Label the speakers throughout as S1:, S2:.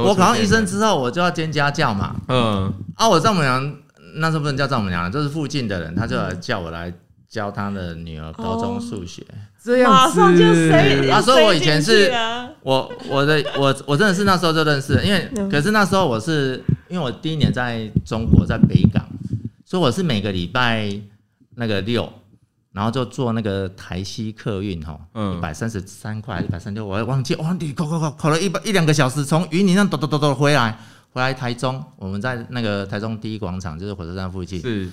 S1: 候
S2: 我考上
S1: 出现
S2: 医生
S1: 的，
S2: 之后，我就要兼家教嘛。
S1: 嗯，
S2: 啊，我丈母娘那时候不能叫丈母娘，就是附近的人，他就来叫我来教他的女儿高中数学。
S1: 这
S3: 马
S1: 样子，
S3: 上就塞，
S2: 啊所以我以
S3: 塞
S2: 前
S3: 进
S2: 是
S3: 去
S1: 哦
S3: 了
S2: 我我的我我真的是那时候就认识了，因为
S3: 嗯
S2: 可是那时候我是因为我第一年在中国在北港，所以我是每个礼拜那个六，然后就坐那个台西客运哈，
S1: 嗯
S2: 一百三十三块一百三六，我也忘记，哇，你考考考考了一百一两个小时，从云林那样抖抖抖抖回来，回来台中，我们在那个台中第一广场，就是火车站附近，
S1: 是，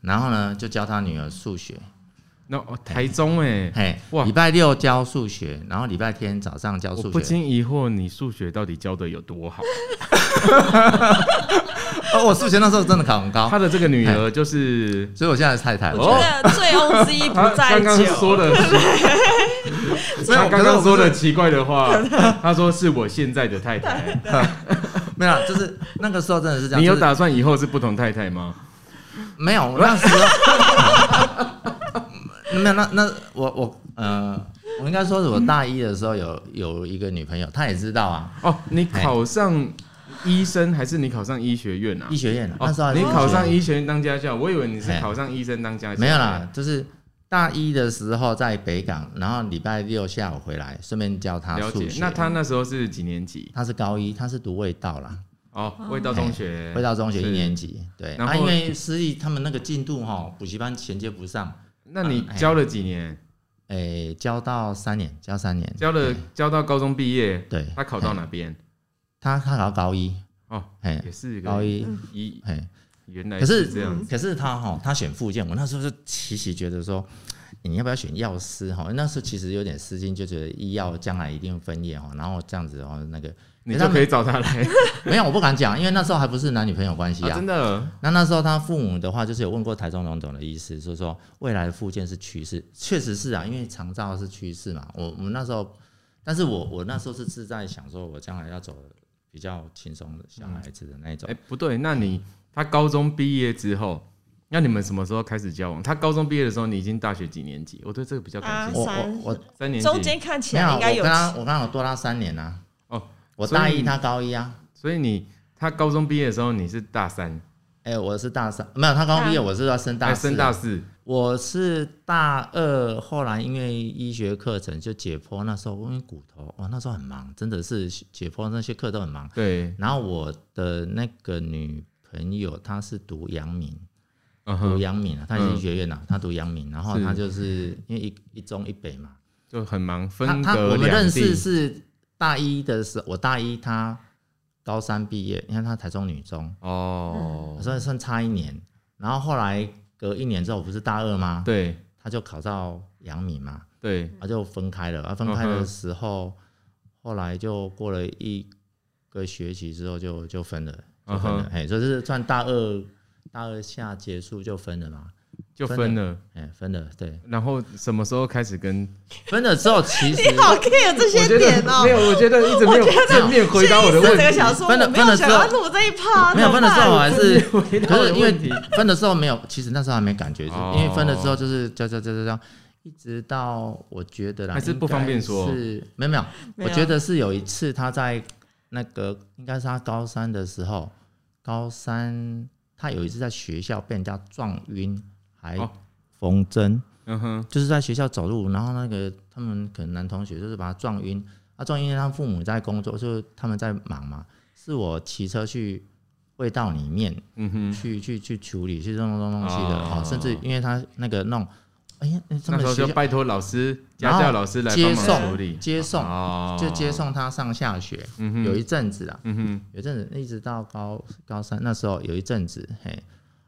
S2: 然后呢就教他女儿数学，
S1: 那哦台中哎，
S2: 嘿
S1: 哇，
S2: 礼拜六教数学，然后礼拜天早上教
S1: 我
S2: 数
S1: 不
S2: 学，
S1: 禁疑惑你数学到底教的有多好。
S2: 哦，我数学那时候真的考很高
S1: 他。的这个女
S2: 哎
S1: 儿就是
S2: 所以我现在是太太
S3: 我
S2: 了。
S1: 哦
S3: 觉得醉翁之意不
S1: 他
S3: 在
S1: 刚刚说
S3: 酒，
S1: 的，
S2: 没有
S1: 他刚刚说
S2: 可是我
S1: 的
S2: 不
S1: 奇怪的话，他说是我现在的太太。
S2: 是没有啦，就是那个时候真的是这样。
S1: 你有
S2: 就是
S1: 打算以后是不同太太吗？
S2: 没有？我那时候 没有，那那我我呃，我应该说是我大一的时候有有一个女朋友，她也知道啊，
S1: 哦，你考上医生还是你考上医学院啊
S2: 医？学院啊
S1: 哦
S2: 那时候还是
S1: 你考上
S2: 学
S1: 医学院当家教，我以为你是
S2: 哎
S1: 考上医生当家
S2: 院
S1: 教。
S2: 没有啦，就是大一的时候在北港，然后礼拜六下午回来，顺便教她
S1: 了
S2: 数
S1: 解。
S2: 学。
S1: 那他那时候是几年级？
S2: 她是高一，她是读卫道啦，
S1: 哦，味道中学，
S2: 哎卫道中学
S1: 是
S2: 一年。级。对，
S1: 然后
S2: 啊，因为私立他们那个进度哈、补习班衔接不上，
S1: 那
S2: 啊
S1: 你
S2: 哎
S1: 教了几年？
S2: 诶、教到三年，教三年，
S1: 教了
S2: 对
S1: 教到高中毕业，
S2: 对，
S1: 他考到哪边？
S2: 他他考到高一，
S1: 哦，
S2: 哎，
S1: 也是一个
S2: 高一，
S1: 一，
S2: 哎，
S1: 原来
S2: 可是嗯
S1: 这样。
S2: 可是他哈，他选附件，我那时候就奇奇觉得说，你要不要选药师哈？那时候其实有点私心，就觉得医药将来一定分业哈，然后这样子哦，那个
S1: 你就可以找他 来，
S2: 没有，我不敢讲，因为那时候还不是男女朋友关系
S1: 啊
S2: 啊。
S1: 真的
S2: 那那时候他父母的话，就是有问过台中龙总的意思，就是说未来的附件是趋势，确实是啊，因为长照是趋势嘛。我我们那时候，但是我我那时候是志在想说，我将来要走比较轻松的小孩子的那种。
S1: 哎、不对，那你他高中毕业之后，那你们什么时候开始交往？他高中毕业的时候，你已经大学几年级？我对这个比较感兴趣。
S2: 我
S3: 三
S2: 我我
S1: 哎三年
S3: 啊中
S1: 级，
S3: 间看起
S2: 没有啊，
S3: 来应
S2: 我
S3: 该有
S2: 跟他我跟他有多他三年啊。
S1: 哦，
S2: 我
S1: 所以
S2: 大一，
S1: 你
S2: 他高一啊。
S1: 所以你他高中毕业的时候你是大三，
S2: 哎、我是大三，没有他高中毕业，
S3: 大
S2: 我是要升大
S1: 还
S2: 四
S1: 哎
S2: 啊、
S1: 升大四，
S2: 我是大二，后来因为医学课程就解剖，那时候因为骨头，哇，那时候很忙，真的是解剖那些课都很忙。
S1: 对，
S2: 然后我的那个女朋友，她是读阳明，
S1: 嗯
S2: 读
S1: 哼，
S2: 阳明啊，她是医学院啊，她读阳明，然后
S1: 是
S2: 她就是因为一一中一北嘛，
S1: 就很忙，分
S2: 她她我
S1: 隔
S2: 们
S1: 两
S2: 认识
S1: 地。
S2: 是大一的时候，我大一她高三毕业，你看她台中女中，
S1: 哦，
S2: 所以算差一年。然后后来隔一年之后，我不是大二吗？
S1: 对
S2: 她就考到阳明嘛，
S1: 对，
S2: 啊，就分开了。啊，分开
S1: 嗯
S2: 的
S1: 哼
S2: 时候，后来就过了一个学期之后就就分了，就
S1: 嗯哼
S2: 分了。哎，就是算大二大二下结束就分了嘛。
S1: 就分了。
S2: 哎，分了，对，
S1: 然后什么时候开始跟？
S2: 分了之后其实
S3: 你好 care 这
S1: 我
S3: 些
S1: 觉
S3: 点
S1: 得
S3: 哦
S1: 没。有，我觉得一直没有正面回答我的
S3: 这
S1: 问
S3: 个想
S1: 题。
S3: 说，
S2: 分了
S3: 我没有想
S2: 分
S3: 要
S2: 了
S3: 录这一趴，
S2: 没有分的时
S3: 怎
S2: 候，啊
S3: 么办
S2: 我还是
S1: 回答我
S2: 可是
S1: 的
S2: 因为
S1: 问题，
S2: 分的时候没有，其实那时候还没感觉，
S1: 哦
S2: 因为分了之后就是教教教教教，一直到我觉得啦，
S1: 还是不方便说
S2: 应该是没有没有，
S3: 没
S2: 我
S3: 有
S2: 觉得是有一次他在那个应该是他高三的时候，高三他有一次在学校被人家撞晕，还
S1: 哦
S2: 缝针。
S1: 嗯哼，
S2: 就是在学校走路，然后那个他们可能男同学就是把他撞晕，啊撞晕，他父母在工作，就是他们在忙嘛，是我骑车去味道里面
S1: 嗯哼，
S2: 去去去处理，去弄弄弄西的，
S1: 哦
S2: 哦，甚至因为他那个弄，哎呀，他
S1: 那
S2: 们
S1: 时候
S2: 学
S1: 就
S2: 校
S1: 拜托老师、
S2: 然
S1: 家
S2: 后
S1: 教老师来帮
S2: 接
S1: 忙
S2: 送
S1: 处理。
S2: 接送
S1: 哦
S2: 就接，送他上下学，
S1: 嗯
S2: 有
S1: 哼，
S2: 一阵子啊，
S1: 嗯哼。
S2: 有一阵子一直到高高三那时候有一阵子，嘿，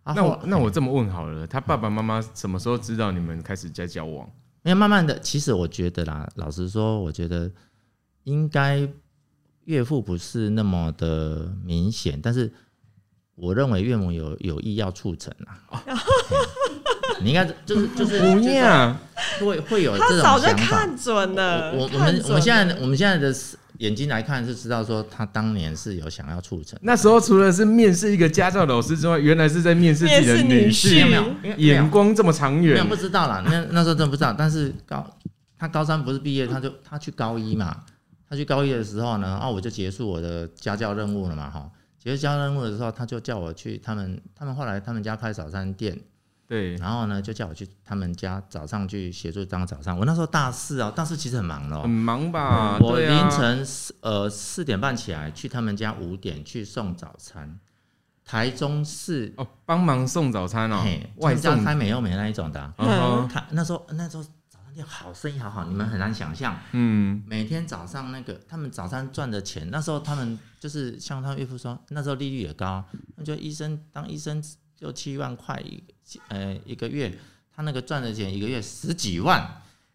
S2: 啊
S1: 那
S2: 后
S1: 我那我这么问好了，他爸爸妈妈什么时候知道你们开始在交往？
S2: 因为慢慢的，其实我觉得啦，老实说，我觉得应该岳父不是那么的明显，但是我认为岳母有有意要促成啊。 嗯你应该就是就是
S1: 不啊
S2: 就是
S1: 要，
S2: 会会有
S3: 他
S2: 这种
S3: 早就
S2: 想法。
S3: 看准了。
S2: 我我我
S3: 看
S2: 们
S3: 准
S2: 我们现在
S3: 了
S2: 我们现在的眼睛来看，是知道说他当年是有想要促成，
S1: 那时候除了是面试一个家教老师之外，原来是在面试自己的
S3: 面试
S1: 婿，
S3: 女婿
S2: 没有没有没有
S1: 眼光这么长
S2: 没有
S1: 远
S2: 不。知道啦，那那时候真的不知道。但是高他高三不是毕业，他就他去高一嘛，他去高一的时候呢，啊，我就结束我的家教任务了嘛，哈。结束家教任务的时候，他就叫我去他们，他们后来他们家开早餐店，
S1: 对，
S2: 然后呢就叫我去他们家早上去协助当早上。我那时候大四啊，大四其实很忙咯。
S1: 很忙吧？
S2: 我
S1: 对啊
S2: 凌晨四呃四点半起来去他们家五点去送早餐，台中市、
S1: 哦，帮忙送早餐哦
S2: 嘿，，
S1: 外
S2: 他们
S1: 送
S2: 家，开美优美那一种的啊、
S1: 嗯哼
S2: 他那时候那时候早餐店好生意好好，你们很难想象，
S1: 嗯，
S2: 每天早上那个他们早餐赚的钱，那时候他们就是像他岳父说，那时候利率也高，那就医生当医生就七万块一呃一个月，他那个赚的钱一个月十几万，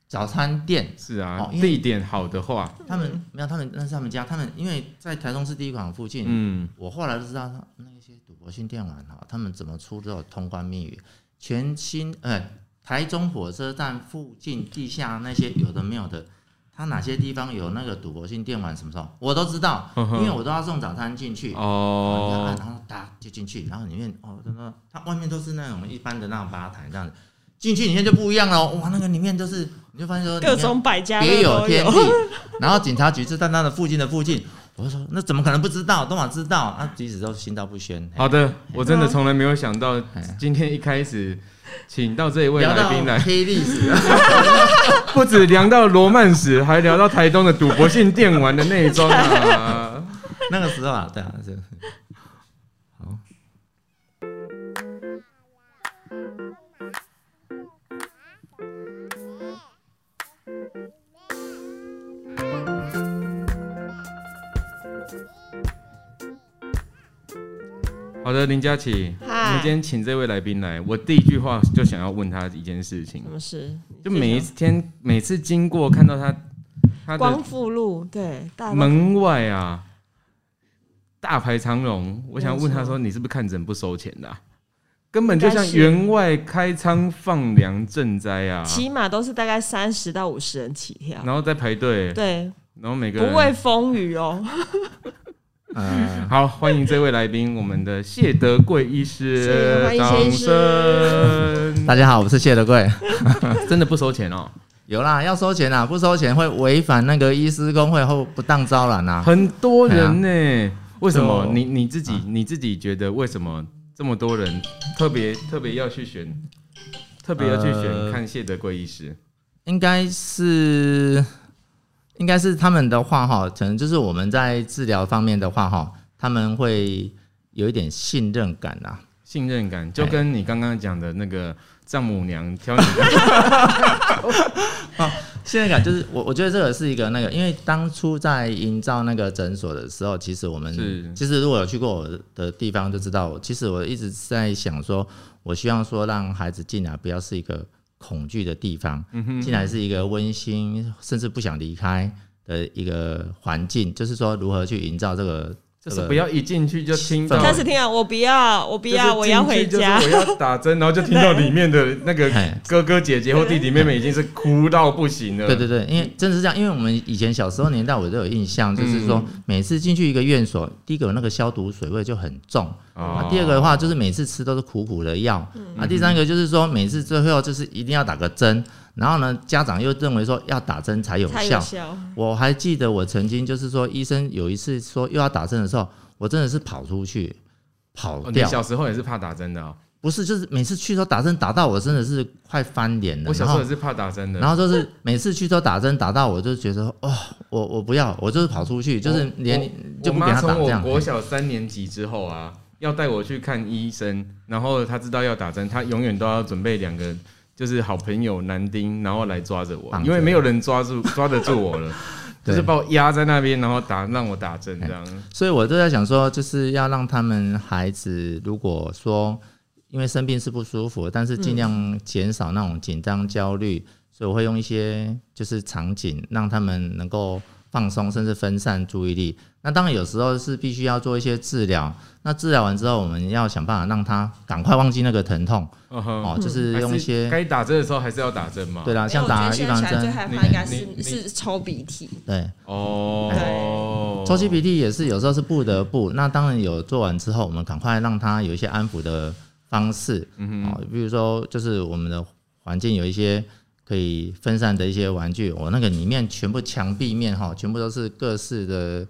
S2: 早餐店
S1: 是啊
S2: 哦，因为
S1: 地点好的话，
S2: 他们没有他们那是他们家，他们因为在台中市第一广附近，
S1: 嗯，
S2: 我后来就知道他那些赌博性电玩哈，他们怎么出这种通关密语？全新呃，台中火车站附近地下那些有的没有的，他哪些地方有那个赌博性电玩什么时候我都知道，
S3: 嗯
S1: 呵
S2: 因为
S1: 呵
S2: 我都要送早餐进
S1: 嗯
S2: 去。
S1: 哦，
S2: 然后哒就进去，然后里面哦，他说他外面都是那种一般的那种吧台这样子，进去里面就不一样了，哇，那个里面就是你就发现说里
S3: 各
S2: 面
S3: 种百家乐
S2: 别有
S3: 都
S2: 天
S3: 有。
S2: 地。然后警察局就在那的附近的附近，我就说那怎么可能不知道？都马知道，啊，即使都心照不宣。
S1: 好的，我真的从来没有想到
S2: 哎
S1: 今天一开始请到这一位
S2: 聊到
S1: 来宾来，
S2: 黑历史啊，
S1: 不止聊到罗曼史，还聊到台东的赌博性电玩的内装 啊。
S2: 那个时候啊，对啊，是
S1: 好的，林佳琪，我
S3: 嗨
S1: 们今天请这位来宾来，我第一句话就想要问他一件事情
S3: 什，么事？
S1: 就每一天每次经过看到他他的
S3: 光复路对大道
S1: 门外啊，大排长龙，我想问他说，你是不是看诊不收钱的啊、根本就像员外开仓放粮赈灾啊，
S3: 起码都是大概三十到五十人起跳，
S1: 然后再排队，
S3: 啊对，
S1: 然后每个
S3: 不畏
S1: 人
S3: 风雨哦。
S2: 嗯，
S1: 好欢迎这位来宾，我们的谢德贵医
S3: 是
S1: 师，
S3: 欢迎谢
S1: 掌
S3: 医师
S1: 声，
S2: 大家好，我是谢德贵。
S1: 真的不收钱哦，
S2: 有啦，要收钱啦，不收钱会违反那个医师工会后不当招揽啊呐。
S1: 很多人呢、为什么
S2: 就
S1: 你你自己你自己觉得为什么这么多人特别特别要去选，特别要去选
S2: 呃
S1: 看谢德贵医师？
S2: 应该是，应该是他们的话哈，可能就是我们在治疗方面的话哈，他们会有一点信任感啊啦。
S1: 信任
S2: 哎
S1: 感，就跟你刚刚讲的那个丈母娘挑 你的，
S2: 信任感就是我，我觉得这个是一个那个，因为当初在营造那个诊所的时候，其实我
S1: 是
S2: 们其实如果有去过我的地方就知道我，其实我一直在想说，我希望说让孩子进来不要是一个恐惧的地方，进来是一个温馨，甚至不想离开的一个环境，就是说如何去营造这个
S1: 就是不要一进去就听到，
S2: 对
S3: 开始听啊，我不要，我不
S1: 不
S3: 要，我要回家。
S1: 我要打针，然后就听到里面的那个
S2: 哎
S1: 哥哥姐姐或弟弟妹妹已经是哭到不行了，
S2: 对对对，因为真的是这样，因为我们以前小时候年代，我都有印象，就是说每次进去一个院所，第一个那个消毒水味就很重，
S1: 哦
S2: 啊，第二个的话就是每次吃都是苦苦的药，啊，第三个就是说每次最后就是一定要打个针，然后呢，家长又认为说要打针才有
S3: 才
S2: 效
S3: 有。效，
S2: 我还记得我曾经就是说，医生有一次说又要打针的时候，我真的是跑出去跑
S1: 哦。你
S2: 掉，
S1: 小时候也是怕打针的哦，
S2: 不是就是每次去都打针打到我真的是快翻脸了。
S1: 我小
S2: 然
S1: 时
S2: 后
S1: 候也是怕打针的，
S2: 然后就是每次去都打针，打到我就觉得哦，我我不要，我就是跑出去，就是连
S1: 我
S2: 就不给
S1: 妈
S2: 他
S1: 从
S2: 打这
S1: 我
S2: 样。
S1: 国小三年级之后啊，要带我去看医生，然后她知道要打针，她永远都要准备两个就是好朋友男丁，然后来抓着我，
S2: 绑着
S1: 因为没有人抓住抓得住我了，就
S2: 对
S1: 是把我压在那边，然后打让我打针这样。
S2: 所以我都在想说，就是要让他们孩子，如果说因为生病是不舒服，但是尽量减少那种紧张焦虑，所以我会用一些就是场景，让他们能够放松，甚至分散注意力。那当然有时候是必须要做一些治疗，那治疗完之后，我们要想办法让他赶快忘记那个疼痛
S1: 嗯哼
S2: 哦，就是用一
S1: 还是
S2: 些
S1: 该打针的时候还是要打针嘛。
S2: 对啦，像打预防针，
S3: 害
S1: 怕应该是你你是
S3: 抽鼻涕，
S2: 对。
S1: 哦，
S2: 抽吸鼻涕也是有时候是不得不，那当然有做完之后，我们赶快让他有一些安抚的方式，嗯、哦，比如说就是我们的环境有一些可以分散的一些玩具，我那个里面全部墙壁面哈，全部都是各式的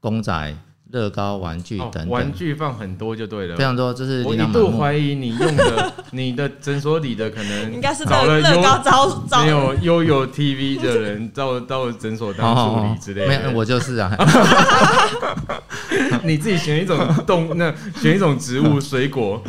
S2: 公仔、乐高玩具
S1: 哦
S2: 等等，
S1: 玩具放很多就对了
S2: 非。常多，就是
S1: 我
S2: 琳
S1: 一
S2: 琅满
S1: 度
S2: 目。
S1: 怀疑你用的 你的诊所里的可能
S3: 应该是
S1: 找
S3: 在
S1: 了
S3: 乐
S1: 优
S3: 高找找
S1: 没 有悠悠 TV 的人到到诊所当助理之类
S2: 哦没有，
S1: 的。
S2: 我就是啊，
S1: 你自己选一种 动，那选一种植
S2: 嗯
S1: 物、水果。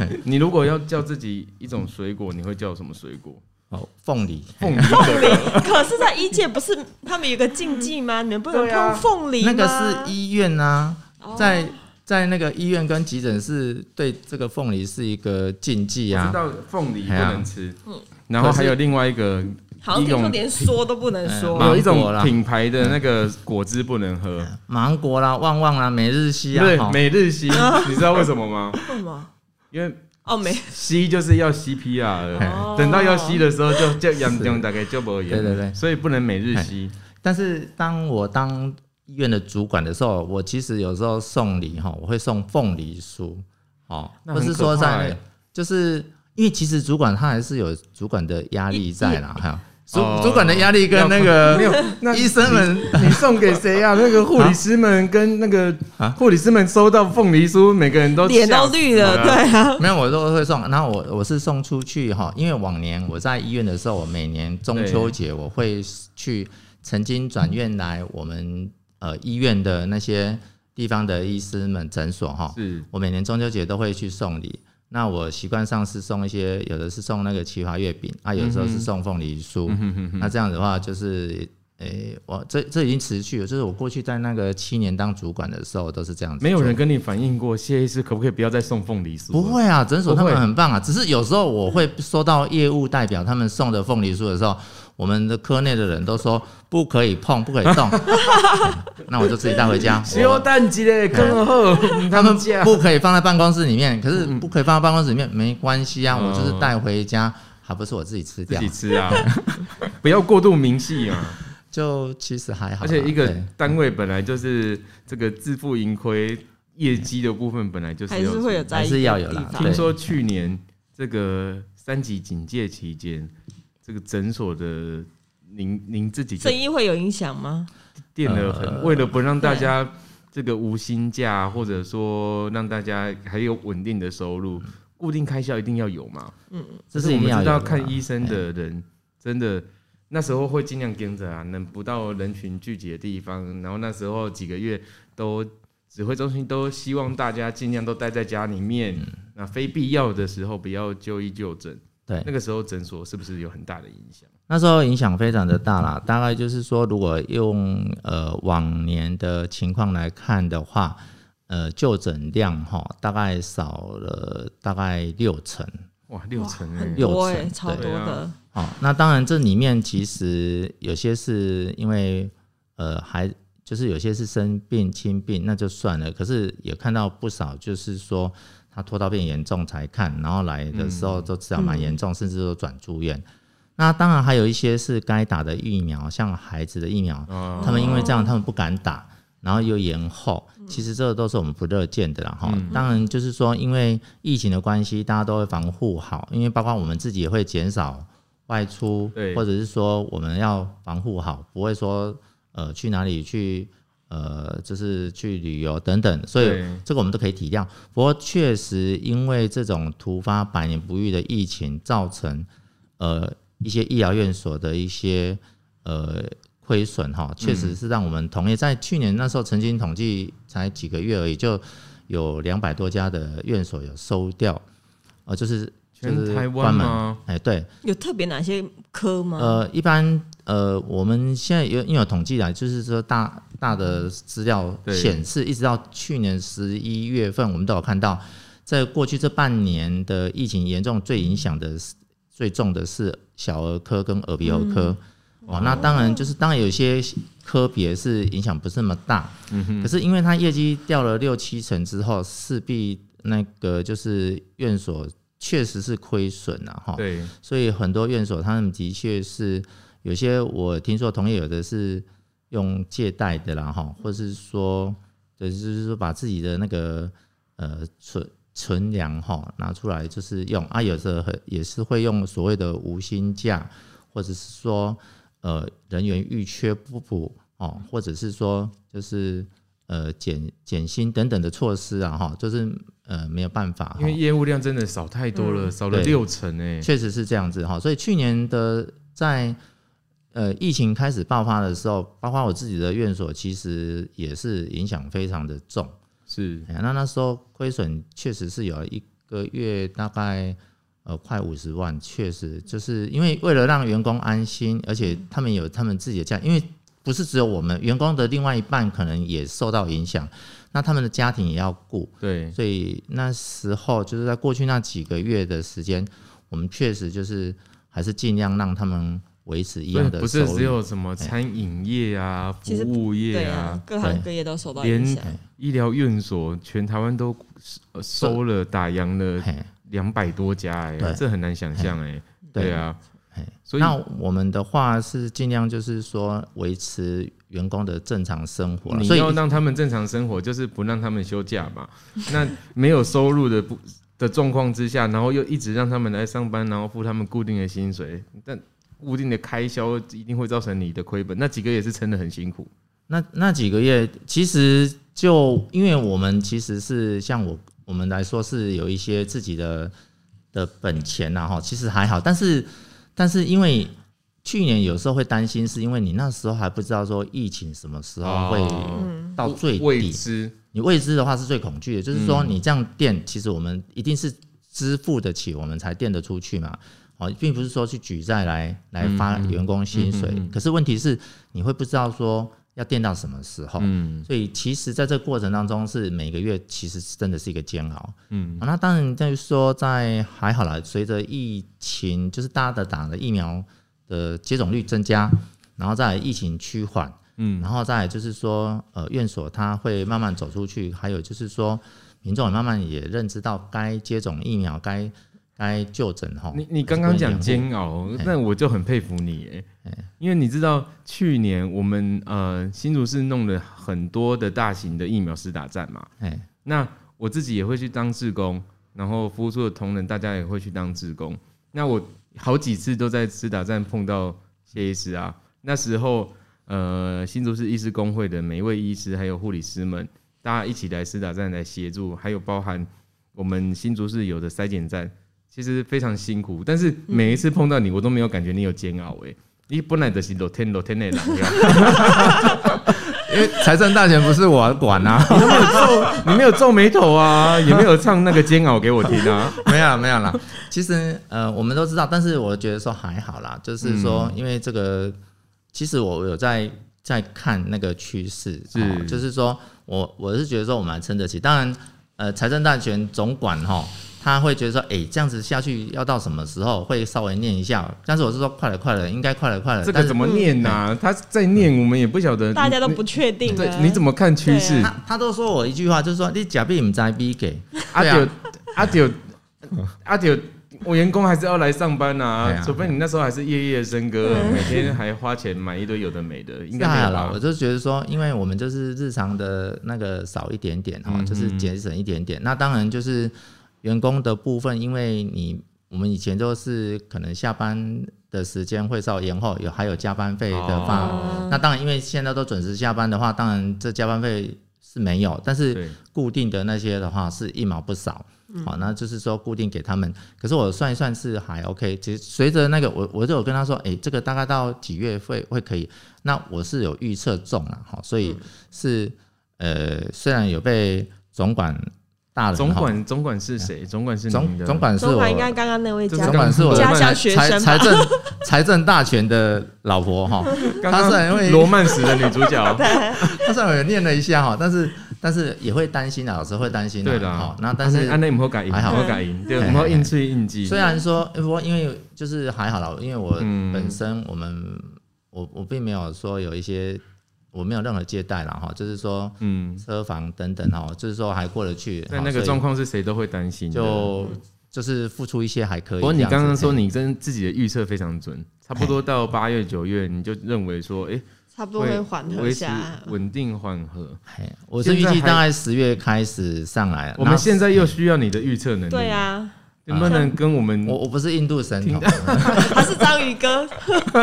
S2: 哎
S1: 你如果要叫自己一种水果，你会叫什么水果？
S2: 哦，凤梨，
S1: 凤梨可乐。
S3: 可是，在一界不是他们有个禁忌吗？你们不能
S1: 对啊
S3: 碰凤梨
S2: 那
S3: 吗
S2: 个是医院啊，
S3: 哦
S2: 在在那个医院跟急诊室对这个凤梨是一个禁忌
S1: 我
S2: 啊
S1: 知。道凤梨不
S2: 哎呀
S1: 能吃，
S3: 嗯
S1: 然后还有另外一个
S3: 好像听
S1: 一
S3: 说
S1: 种
S3: 连说都不能说
S2: 嗯。
S1: 有一
S2: 芒果
S1: 种
S2: 啦嗯
S1: 品牌的那个果汁不能喝，
S2: 芒果啦、旺旺啦、每日西啊，
S1: 对
S2: 哈，
S1: 每 日吸，你知道为什么吗？
S3: 为什么？
S1: 因为
S3: 哦，没
S1: 吸就是要 CPR
S2: 哎
S1: 了，
S3: 哦
S1: 等到要吸的时候就就杨
S2: 是
S1: 杨大概就不严，
S2: 对对哎对
S1: 所以不能每日吸。
S2: 但是当我当医院的主管的时候，我其实有时候送礼哈，我会送凤梨酥哦，
S1: 那
S2: 不
S1: 很
S2: 是说
S1: 可
S2: 在
S1: 怕
S2: 那
S1: 欸
S2: 个，就是因为其实主管他还是有主管的压力 在啦，哈，主
S1: 哦
S2: 主管的压力跟那个
S1: 没有，那
S2: 医生们
S1: 你送给谁啊？那个护理师们跟那个
S2: 啊
S1: 护理师们收到凤梨酥，每个人都
S3: 脸
S1: 吓
S3: 都
S1: 死
S3: 绿了， 对啊，
S2: 没有，我都会送。然后我我是送出去哈，因为往年我在医院的时候，我每年中秋节我会去曾经转院来我们呃医院的那些地方的医师们诊所哈，
S1: 是
S2: 我每年中秋节都会去送礼。那我习惯上是送一些，有的是送那个奇华月饼啊，有的时候是送凤梨
S1: 嗯
S2: 酥。那这样的话就是。诶、我这这已经持续了，就是我过去在那个七年当主管的时候都是这样子做。
S1: 没有人跟你反映过，谢医师可不可以不要再送凤梨酥？
S2: 不，会啊，诊所
S1: 不
S2: 他
S1: 会
S2: 们很棒啊，只是有时候我会收到业务代表他们送的凤梨酥的时候，我们的科内的人都说不可以碰，不可以 动，那我就自己带回家。
S1: 小
S2: 我
S1: 蛋鸡嘞，更好，
S2: 哎他们
S1: 家
S2: 不可以放在办公室里面，可是不可以放在办公室里面没关系啊，
S1: 嗯
S2: 我就是带回家，还不是我自己吃
S1: 自
S2: 掉
S1: 己，吃啊， 不要过度明细啊。
S2: 就其实还好啦。
S1: 而且一个
S2: 对
S1: 单位本来就是这个自负盈亏，业绩的部分本来就是
S3: 还是会有在
S2: 还
S3: 意
S2: 是要有
S3: 的
S2: 啦
S3: 地方
S1: 听
S2: 对
S1: 说去年这个三级警戒期间，这个诊所的您您自己就
S3: 生意会有影响吗？
S1: 垫了很，为了不让大家这个无薪假，或者说让大家还有稳定的收入，固定开销一定要有嘛。这
S2: 这
S1: 是我
S2: 是一
S1: 们
S2: 定要
S1: 知
S2: 有的
S1: 道
S2: 啦哎
S1: 看医生的人，真的那时候会尽量跟着啊，能不到人群聚集的地方。然后那时候几个月都指挥中心都希望大家尽量都待在家里面，
S2: 嗯
S1: 那非必要的时候不要就医就诊。
S2: 哎对
S1: 那个时候诊所是不是有很大的影响？
S2: 那时候影响非常的大啦，大概就是说，如果用呃往年的情况来看的话，呃就诊量哈大概少了大概六成
S1: 哇，六成哎、
S3: 很
S2: 六
S3: 多哎，
S2: 成
S3: 超多
S1: 对
S3: 的。
S2: 哦。那当然这里面其实有些是因为呃还就是有些是生病轻病那就算了，可是也看到不少就是说他拖到变严重才看，然后来的时候都治疗蛮严重，甚至都转住院。那当然还有一些是该打的疫苗，像孩子的疫苗，
S1: 啊，
S2: 他们因为这样，他们不敢打，然后又延后。其实这都是我们不乐见的啦，哈、当然就是说，因为疫情的关系，大家都会防护好，因为包括我们自己也会减少外出
S1: 对，
S2: 或者是说我们要防护好，不会说呃去哪里去呃就是去旅游等等，所以
S1: 对
S2: 这个我们都可以体谅。不过确实因为这种突发百年不遇的疫情，造成呃一些医疗院所的一些呃亏损哈，确
S1: 嗯
S2: 实是让我们同业在去年那时候曾经统计才几个月而已，就有两百多家的院所有收掉，呃，就是就是
S1: 全台湾
S2: 关门
S1: 吗？
S2: 哎对，
S3: 有特别哪些科吗？
S2: 呃，一般呃，我们现在有因为有统计啊，就是说大大的资料
S1: 对
S2: 显示，一直到去年十一月份，我们都有看到，在过去这半年的疫情严重最影响的是最重的是小儿科跟耳鼻喉科。哦，那当然就是当然有些科别是影响不是那么大，可是因为它业绩掉了六七成之后，势必那个就是院所确实是亏损了哈。
S1: 对，
S2: 所以很多院所他们的确是有些我听说同业有的是用借贷的啦哈，或是说就是说把自己的那个呃存存粮哈拿出来就是用啊，有时候很也是会用所谓的无薪假或者是说呃人员预缺不补哦，或者是说就是呃减减薪等等的措施啊哈，就是呃没有办法，
S1: 因
S2: 哈
S1: 为业务量真的少太多
S3: 嗯
S1: 了，少了
S2: 对
S1: 六成哎、
S2: 确实是这样子哈。所以去年的在呃疫情开始爆发的时候，包括我自己的院所，其实也是影响非常的重。
S1: 是
S2: 哎呀，那那时候亏损确实是有一个月大概呃快五十万，确实就是因为为了让员工安心，而且他们有他们自己的家，因为不是只有我们员工的另外一半可能也受到影响，那他们的家庭也要顾，
S1: 对，
S2: 所以那时候就是在过去那几个月的时间，我们确实就是还是尽量让他们维持一
S1: 所以
S2: 样的
S1: 不
S2: 收入，哎
S1: 是只有什么餐饮业啊、服
S3: 其实
S1: 务
S3: 对
S1: 业
S3: 啊
S1: 啊、，
S3: 各行各业都受到
S1: 连
S3: 影响。
S1: 医疗院所，全台湾都呃收了打烊了
S2: 嘿
S1: 两百多家哎、
S2: 对
S1: 这很难想象哎、
S2: 对
S1: 对啊，
S2: 哎
S1: 所以
S2: 那我们的话是尽量就是说维持员工的正常生活啦，
S1: 你
S2: 所以
S1: 要让他们正常生活，就是不让他们休假 嘛。那没有收入的不的状况之下，然后又一直让他们来上班，然后付他们固定的薪水，但固定的开销一定会造成你的亏本。那几个也是撑得很辛苦，
S2: 那那几个月其实就因为我们其实是像我我们来说是有一些自己的的本钱呐、哈，其实还好，但是但是因为。去年有时候会担心，是因为你那时候还不知道说疫情什么时候会
S1: 哦
S2: 到最
S1: 未
S2: 底，
S1: 知
S2: 你未知的话是最恐惧的，就是说你这样垫，其实我们一定是支付得起，我们才垫得出去嘛。哦，并不是说去举债来来发员工薪水，可是问题是你会不知道说要垫到什么时候。
S1: 嗯
S2: 所以其实在这个过程当中，是每个月其实是真的是一个煎熬。
S1: 嗯
S2: 啊那当然就是说在还好啦，随着疫情就是大家的打了疫苗的接种率增加，然后再来疫情趋缓，
S1: 嗯
S2: 然后再来就是说，呃，院所它会慢慢走出去，还有就是说，呃民众也慢慢也认知到该接种疫苗、该该就诊哈。
S1: 你你刚刚讲
S2: 监，
S1: 煎熬，那我就很佩服你哎，因为你知道去年我们呃新竹市弄了很多的大型的疫苗施打站嘛，
S2: 哎，
S1: 那我自己也会去当志工，然后服务处的同仁大家也会去当志工。那我好几次都在施打站碰到谢医师啊，那时候呃新竹市医师工会的每一位医师还有护理师们，大家一起来施打站来协助，还有包含我们新竹市有的筛检站，其实非常辛苦，但是每一次碰到你，我都没有感觉你有煎熬诶、你本来就是露天露天的人啊，
S2: 因为财政大权不是我管啊，
S1: 你没有皱眉头啊，也没有唱那个煎熬给我听啊。
S2: 没有没有啦。其实呃，我们都知道，但是我觉得说还好啦，就是说，
S1: 嗯
S2: 因为这个，其实我有在在看那个趋势，
S1: 是
S2: 哦就是说我我是觉得说我们还撑得起。当然，呃，财政大权总管哈。他会觉得说，哎、这样子下去要到什么时候？会稍微念一下，但是我是说，快了，快了，应该快了，快了。
S1: 这
S2: 呃但
S1: 个
S2: 是嗯
S1: 怎么念呐、他在念，我们也不晓得。
S3: 嗯大家都
S1: 你
S3: 不确定
S1: 对
S3: 啊，，
S1: 你怎么看趋势
S3: 对？啊
S2: 他他都说我一句话，就是说你假币唔在逼给，
S1: 阿
S2: 对啊
S1: 丢阿丢阿 丢，我员工还是要来上班呐、
S2: 对啊
S1: 除非你那时候还是夜夜笙歌，每天还花钱买一堆有的没的，应该没
S2: 还好
S1: 有
S2: 啦，我
S1: 吧？
S2: 就觉得说，因为我们就是日常的那个少一点点
S1: 嗯
S2: 哈，就是节省一点点。那当然就是员工的部分，因为你我们以前都是可能下班的时间会稍微延后，有还有加班费的话，
S3: 哦
S2: 那当然因为现在都准时下班的话，当然这加班费是没有，但是
S1: 对，
S2: 固定的那些的话是一毛不少，好、
S3: 嗯
S2: 那就是说固定给他们。可是我算一算是还 OK，其实随着那个我我就有跟他说，诶，这个大概到几月会会可以？那我是有预测中了，好、所以
S3: 嗯
S2: 是、呃，虽然有被总管大人
S1: 总
S2: 哈
S1: 管总管是谁？总管是您
S2: 总
S1: 的
S2: 总管是
S3: 中
S2: 我
S3: 华应该刚刚那位
S1: 这
S3: 家
S2: 总
S1: 刚
S2: 管是我的
S3: 家乡学
S2: 财
S3: 生吧
S2: 财政财政大权的老婆哈、
S1: 刚
S2: 他是很
S1: 刚
S2: 会
S1: 罗曼史的女主 角，
S2: 他虽然有念了一下哈，但是但是也会担心啊，有时候会担心啊
S1: 对的
S2: 哈那但是
S1: 安内姆后改赢，
S2: 还好
S1: 后改赢，对，
S2: 嘿
S1: 我们要硬吹硬记。
S2: 虽然说，呃不过因为就是还好啦，因为我
S1: 嗯
S2: 本身我们、我我并没有说有一些我没有任何借贷啦哈，就是说
S1: 嗯，
S2: 车房等等哈，就是说还过得去。
S1: 在
S2: 哈
S1: 那
S2: 所
S1: 个
S2: 以
S1: 状况是谁都会担心的。
S2: 就就是付出一些还可以
S1: 不过
S2: 这样子。
S1: 你刚刚说
S2: 嘿
S1: 你真自己的预测非常准，差不多到八月九月你就认为说，哎、
S3: 差不多会缓和
S1: 维持
S3: 下来。
S1: 稳定缓和。
S2: 嘿我是预
S1: 现在
S2: 计
S1: 还
S2: 大概十月开始上来，
S1: 我们
S2: 那
S1: 现在又需要你的预测能力。
S3: 对，啊，
S1: 能不能跟我们
S2: 我我不是印度神童，
S3: 还是章鱼哥，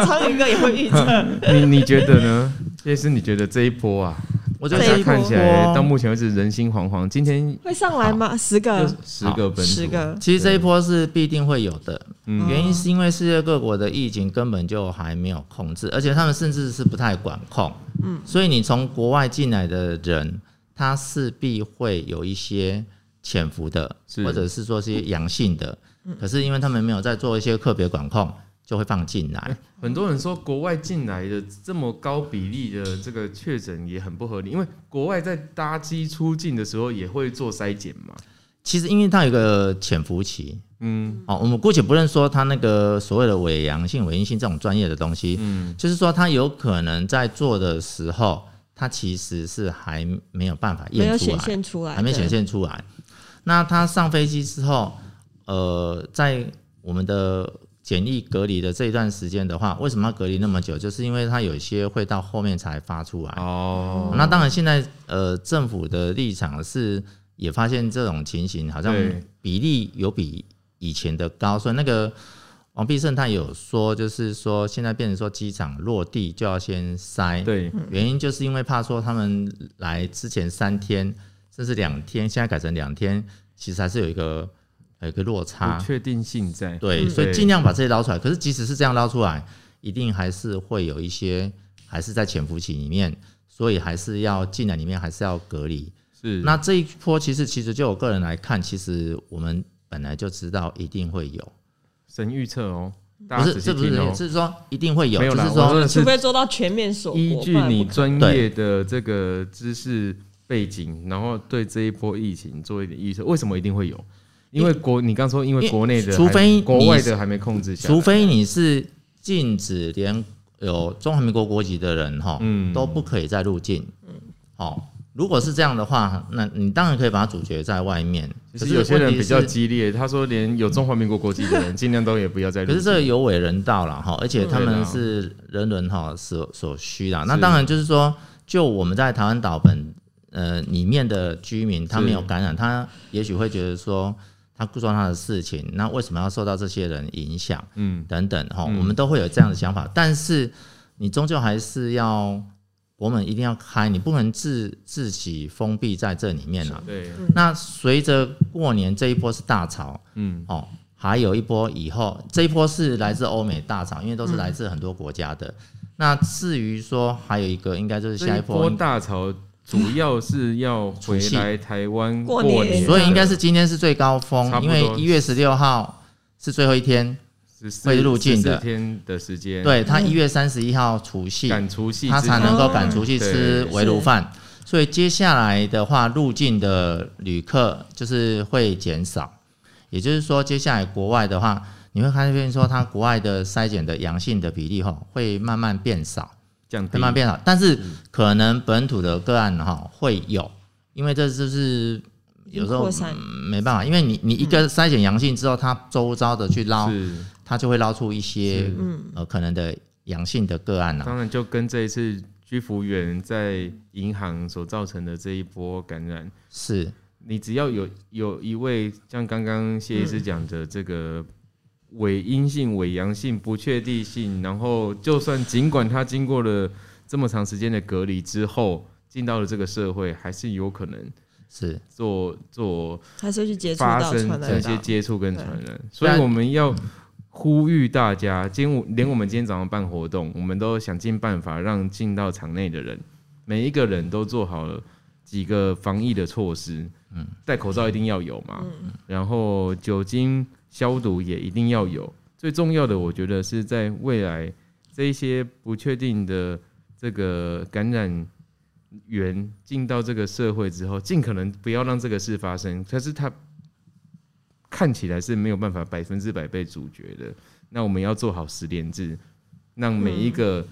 S3: 章鱼哥也会预 测。
S1: 你你觉得呢？叶师，你觉得这一波啊，
S2: 我觉
S1: 大
S2: 得
S3: 这一
S1: 家
S3: 波
S1: 看起来
S2: 哦
S1: 到目前为止人心惶惶，今天
S3: 会上来吗？十
S1: 又
S3: 个，
S1: 十个本土
S3: 呃十，个，
S2: 其实这一波是必定会有的，
S1: 嗯
S2: 原因是因为世界各国的疫情根本就还没有控制，而且他们甚至是不太管控。嗯，所以你从国外进来的人，他势必会有一些潜伏的，
S1: 是
S2: 或者是说是阳性的。可是因为他们没有在做一些个别管控，就会放进来。
S1: 很多人说国外进来的这么高比例的这个确诊也很不合理，因为国外在搭机出境的时候也会做筛检嘛。
S2: 其实因为它有一个潜伏期，
S1: 嗯，
S2: 哦，我们姑且不论说它那个所谓的伪阳性、伪阴性这种专业的东西，嗯，就是说它有可能在做的时候，它其实是还没有办法
S1: 啊
S3: 没有
S2: 验出
S3: 显
S2: 来，
S3: 现出来，
S2: 还没显现出来。那他上飞机之后，呃，在我们的检疫隔离的这一段时间的话，为什么要隔离那么久？就是因为它有些会到后面才发出来。
S1: 哦，
S2: 那当然，现在呃，政府的立场是也发现这种情形好像
S1: 对
S2: 比例有比以前的高，所以那个王必胜他有说，就是说现在变成说机场落地就要先筛，
S1: 对，
S2: 原因就是因为怕说他们来之前三天甚至两天，现在改成两天，其实还是有一个有一个落差
S1: 不，确定性在。
S2: 对，
S3: 嗯
S2: 所以
S1: 对
S2: 尽量把这些捞出来。可是即使是这样捞出来，一定还是会有一些还是在潜伏期里面，所以还是要进来里面还是要隔离。
S1: 是
S2: 那这一波其实其实就我个人来看，其实我们本来就知道一定会有，
S1: 神预测哦，大
S2: 不
S1: 家
S2: 是
S1: 仔细
S2: 这不是
S1: 听哦。
S2: 是说一定会有，
S1: 没有
S2: 就
S1: 啦，
S2: 是
S1: 我说
S2: 说
S1: 的
S3: 除
S1: 是
S3: 非做到全面锁国，
S1: 依据
S3: 不然不
S1: 你
S3: 可
S1: 专业的这个知识背景，然后对这一波疫情做一点预测，为什么一定会有？因为国，你刚说因为国内的还，
S2: 除非你
S1: 国外的还没控制下来，
S2: 除非你是禁止连有中华民国国籍的人哈，
S1: 嗯
S2: 都不可以再入境。哦，如果是这样的话，那你当然可以把它阻绝在外面。
S1: 就是
S2: 可是
S1: 有些
S2: 问
S1: 人
S2: 题
S1: 比较
S2: 是
S1: 激烈，他说连有中华民国国籍的人尽量都也不要再入
S2: 可
S1: 境。
S2: 是这有违人道了哈，而且他
S1: 对
S2: 们
S1: 啦
S2: 是人伦哈所所需啦。那
S1: 是
S2: 当然就是说，就我们在台湾岛本呃里面的居民，他
S1: 是
S2: 没有感染，他也许会觉得说他顾装他的事情，那为什么要受到这些人影响？
S1: 嗯，
S2: 等等哈，
S1: 嗯
S2: 我们都会有这样的想法，但是你终究还是要国门一定要开，你不能自自己封闭在这里面啊。
S1: 对，
S2: 那随着过年这一波是大潮
S1: 嗯，
S2: 哦，还有一波以后这一波是来自欧美大潮，因为都是来自很多国家的。那至于说还有一个，应该就是
S1: 这
S2: 下
S1: 一
S2: 一波
S1: 波，大潮主要是要回
S2: 除夕
S1: 来台湾
S3: 过
S1: 年
S3: 年
S1: 的，
S2: 所以应该是今天是最高峰
S1: 差，不
S2: 因
S1: 多
S2: 为一月十六号是最后一天，
S1: 14
S2: 会入境的
S1: 14天的时间，，
S2: 对他一月三十一号除夕，
S1: 赶除夕
S2: 他
S1: 之
S2: 才
S1: 前
S2: 能够赶出去吃
S1: 对
S2: 围炉饭。所以接下来的话，入境的旅客就是会减少，也就是说，接下来国外的话，你会发现说，它国外的筛检的阳性的比例哈，会慢慢变少，
S1: 降低
S2: 慢慢变少。但是
S1: 嗯
S2: 可能本土的个案哈会有，因为这就是
S3: 以
S2: 有时候
S3: 扩、散嗯
S2: 嗯没办法，因为你你一个筛检阳性之后，它周遭的去捞，
S1: 是。
S2: 它就会捞出一些
S1: 是
S3: 嗯
S1: 嗯
S2: 呃可能的阳性的个案啊。
S1: 当然，就跟这一次居服员在银行所造成的这一波感染，
S2: 是，
S1: 你只要有有一位像刚刚谢
S2: 嗯
S1: 医师讲的这个伪阴性、伪阳性、不确定性，然后就算尽管他经过了这么长时间的隔离之后，进到了这个社会，还是有可能
S2: 是
S1: 做做
S3: 还是会去接触
S1: 发
S3: 到
S1: 生
S3: 传
S1: 这
S3: 染
S1: 些
S3: 到。
S1: 接触跟
S3: 对
S1: 传染，所以我们要呼吁大家，今天我连我们今天早上办活动，我们都想尽办法让进到场内的人，每一个人都做好了几个防疫的措施，嗯，戴口罩一定要有嘛，然后
S3: 嗯
S1: 酒精消毒也一定要有，最重要的我觉得是在未来这一些不确定的这个感染源进到这个社会之后，尽可能不要让这个事发生。可是它看起来是没有办法百分之百被阻绝的。那我们要做好十连制，让每一个、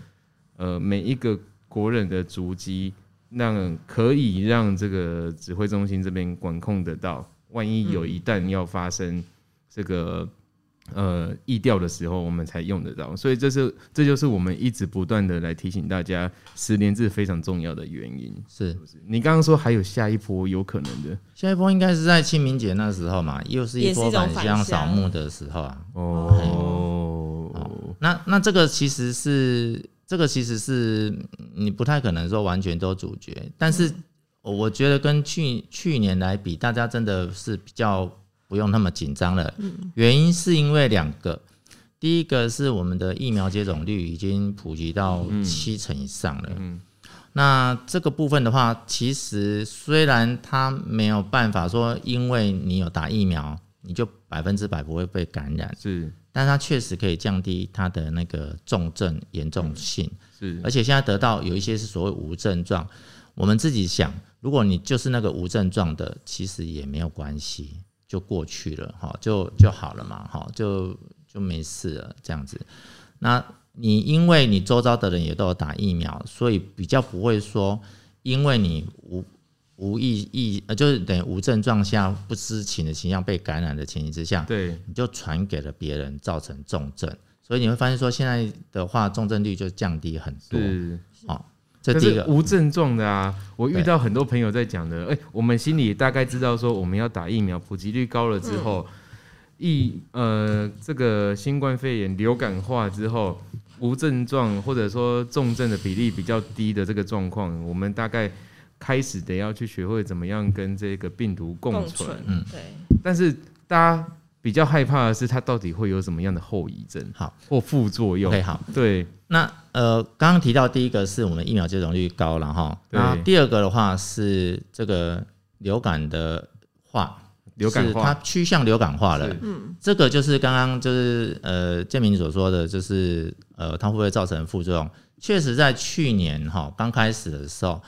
S1: 呃每一个国人的足迹，让可以让这个指挥中心这边管控得到。万一有一旦要发生这个呃意调的时候，我们才用得到。所以这是这就是我们一直不断的来提醒大家十连制非常重要的原因。
S2: 是
S1: 你刚刚说还有下一波有可能的
S2: 下一波应该是在清明节那时候嘛，又是一
S3: 也是
S2: 波
S3: 一种
S2: 返
S3: 返
S2: 乡扫
S3: 乡
S2: 墓的时候啊。
S1: 哦，
S2: 那那这个其实是这个其实是嗯你不太可能说完全都主角，但是我我觉得跟去去年来比，大家真的是比较不用那么紧张了。原因是因为两个，第一个是我们的疫苗接种率已经普及到七成以上了。那这个部分的话，其实虽然它没有办法说，因为你有打疫苗，你就百分之百不会被感染，
S1: 是
S2: 但它确实可以降低它的那个重症严重性，
S1: 是
S2: 而且现在得到有一些是所谓无症状，我们自己想，如果你就是那个无症状的，其实也没有关系，就过去了哈，就就好了嘛，哈，就就没事了这样子。那你因为你周遭的人也都有打疫苗，所以比较不会说，因为你无无意意呃，就是等于无症状下不知情的情况被感染的前提之下，
S1: 对
S2: 你就传给了别人，造成重症。所以你会发现说，现在的话，重症率就降低很多。
S1: 是。
S2: 哦，这
S1: 可
S2: 第一
S1: 是
S2: 个
S1: 无症状的啊，我遇
S2: 对
S1: 到很多朋友在讲的，哎、我们心里大概知道说我们要打疫苗，普及率高了之后，
S3: 嗯
S1: 疫呃这个新冠肺炎流感化之后，无症状或者说重症的比例比较低的这个状况，我们大概开始得要去学会怎么样跟这个病毒共存。嗯
S3: 共存，对，
S1: 但是大家比较害怕的是，它到底会有什么样的后遗症？
S2: 好，
S1: 或副作用
S2: OK 好。
S1: 对，
S2: 那呃，刚刚提到第一个是我们疫苗接种率高了哈，
S1: 对
S2: 那第二个的话是这个流感的化，
S1: 流感
S2: 是它
S1: 化
S2: 趋向流感化了
S1: 是。
S2: 嗯，这个就是刚刚就是呃建明所说的，就是呃它会不会造成副作用？确实，在去年哈刚开始的时候，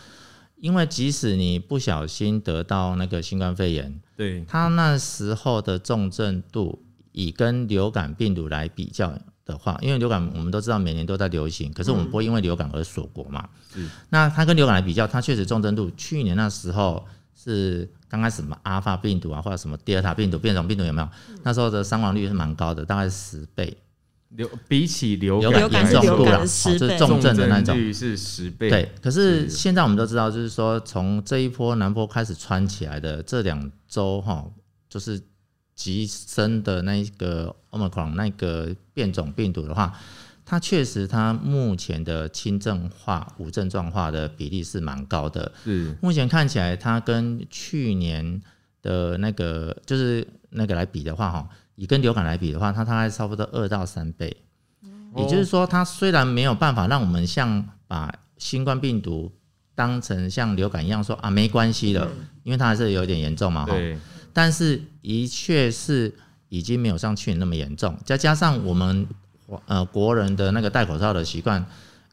S2: 因为即使你不小心得到那个新冠肺炎，
S1: 对，
S2: 它那时候的重症度，以跟流感病毒来比较的话，因为流感我们都知道每年都在流行，可是我们不会因为流感而锁国嘛。
S1: 是
S2: 那它跟流感来比较，它确实重症度，去年那时候是刚开始什么阿尔法病毒啊，或者什么德尔塔病毒、变种病毒有没有？那时候的伤亡率是蛮高的，大概十倍，
S1: 流比起流
S2: 流
S1: 感
S3: 流感
S2: 严
S1: 来
S3: 是
S1: 说
S2: 重度了，哦就是
S3: 流感的10倍
S2: 重症的那种。
S1: 率是十倍，
S2: 对，可是
S1: 是
S2: 现在我们都知道，就是说从这一波南波开始穿起来的这两周哈，就是急升的那一个 Omicron 那个变种病毒的话，它确实它目前的轻症化、无症状化的比例是蛮高的。
S1: 是
S2: 目前看起来，它跟去年的那个就是那个来比的话，哈，以跟流感来比的话，它大概差不多二到三倍。也就是说，它虽然没有办法让我们像把新冠病毒当成像流感一样说啊没关系的，因为它还是有点严重嘛
S1: 哦
S2: 哈，
S1: 对
S2: 但是的确是已经没有像去年那么严重，再加上我们呃国人的那个戴口罩的习惯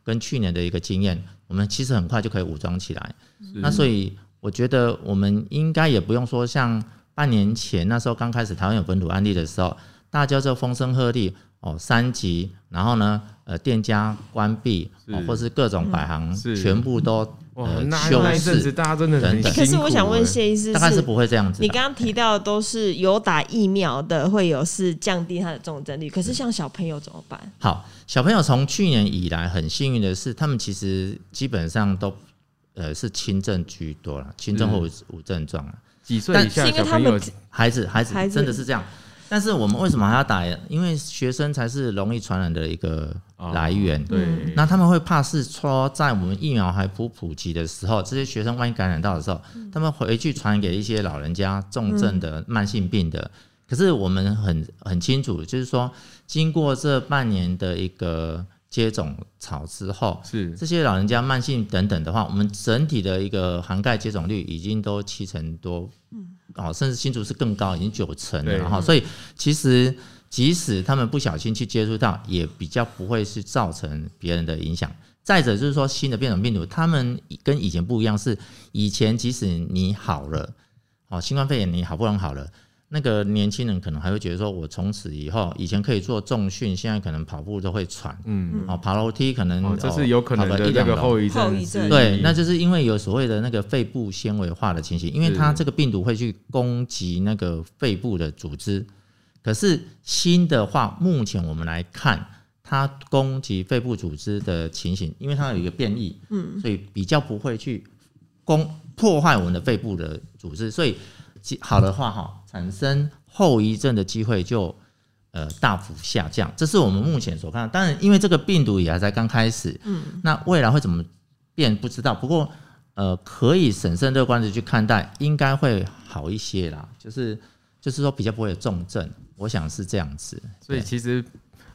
S2: 跟去年的一个经验，我们其实很快就可以武装起来。那所以我觉得我们应该也不用说像半年前那时候刚开始台湾有本土案例的时候，大家就风声鹤唳哦，三级，然后呢呃店家关闭、哦
S1: 是，嗯
S2: 或是各种摆行、
S1: 是
S2: 全部都
S1: 哇，
S2: 呃
S1: 那
S2: 修
S1: 那一阵
S2: 饰
S1: 子大家真的很辛
S2: 等等
S1: 苦。
S3: 可是我想问
S1: 欸
S3: 谢医师，
S2: 大概是不会这样子的。
S3: 你刚刚提到的都是有打疫苗的，会有是降低他的重症率，可是像小朋友怎么办？
S2: 好，小朋友从去年以来很幸运的是，他们其实基本上都呃是轻症居多了，轻症或无无症状了。
S1: 几岁
S2: 但
S1: 以下
S3: 是
S1: 的
S3: 因为
S1: 小
S3: 他
S1: 朋友
S3: 们
S2: 孩子，孩子
S3: 孩子
S2: 真的是这样。但是我们为什么还要打？因为学生才是容易传染的一个来源。
S1: 对，
S2: 那他们会怕是说，在我们疫苗还不普及的时候，这些学生万一感染到的时候，他们回去传给一些老人家、重症的、慢性病的。可是我们很很清楚，就是说，经过这半年的一个接种潮之后，
S1: 是
S2: 这些老人家慢性等等的话，我们整体的一个涵盖接种率已经都七成多，哦，甚至新竹是更高，已经九成了
S1: 嗯对
S2: 然后，所以其实即使他们不小心去接触到，也比较不会是造成别人的影响。再者就是说，新的变种病毒，他们跟以前不一样，是以前即使你好了，哦，新冠肺炎你好不容易好了。那个年轻人可能还会觉得说，我从此以后以前可以做重训，现在可能跑步都会喘，
S1: 嗯，
S2: 哦，爬楼梯可能、
S1: 哦，这是有可能
S2: 跑个
S1: 的
S2: 一
S1: 那
S2: 两
S1: 个
S2: 楼
S1: 后遗
S3: 后
S1: 症
S3: 遗
S1: 之
S3: 症
S1: 一。
S2: 对，那就是因为有所谓的那个肺部纤维化的情形，因为它
S1: 是
S2: 这个病毒会去攻击那个肺部的组织，可是新的话，目前我们来看，它攻击肺部组织的情形，因为它有一个变异，嗯，所以比较不会去攻破坏我们的肺部的组织，所以其好的话哈，产生后遗症的机会就呃大幅下降，这是我们目前所看到。当然，因为这个病毒也还在刚开始，嗯，那未来会怎么变不知道，不过。呃，可以审慎乐观的去看待，应该会好一些啦。就是就是说比较不会有重症，我想是这样子。
S1: 所以其实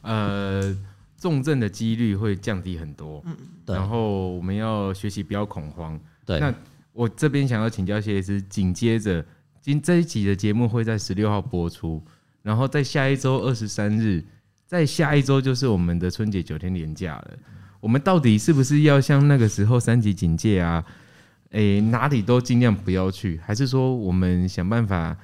S1: 呃，重症的几率会降低很多。
S2: 嗯对
S1: 然后我们要学习不要恐慌。
S2: 对，
S1: 那我这边想要请教谢医师，紧接着今这一集的节目会在十六号播出，然后在下一周二十三日，在下一周就是我们的春节九天连假了。我们到底是不是要像那个时候三级警戒啊？诶、哪里都尽量不要去，还是说我们想办法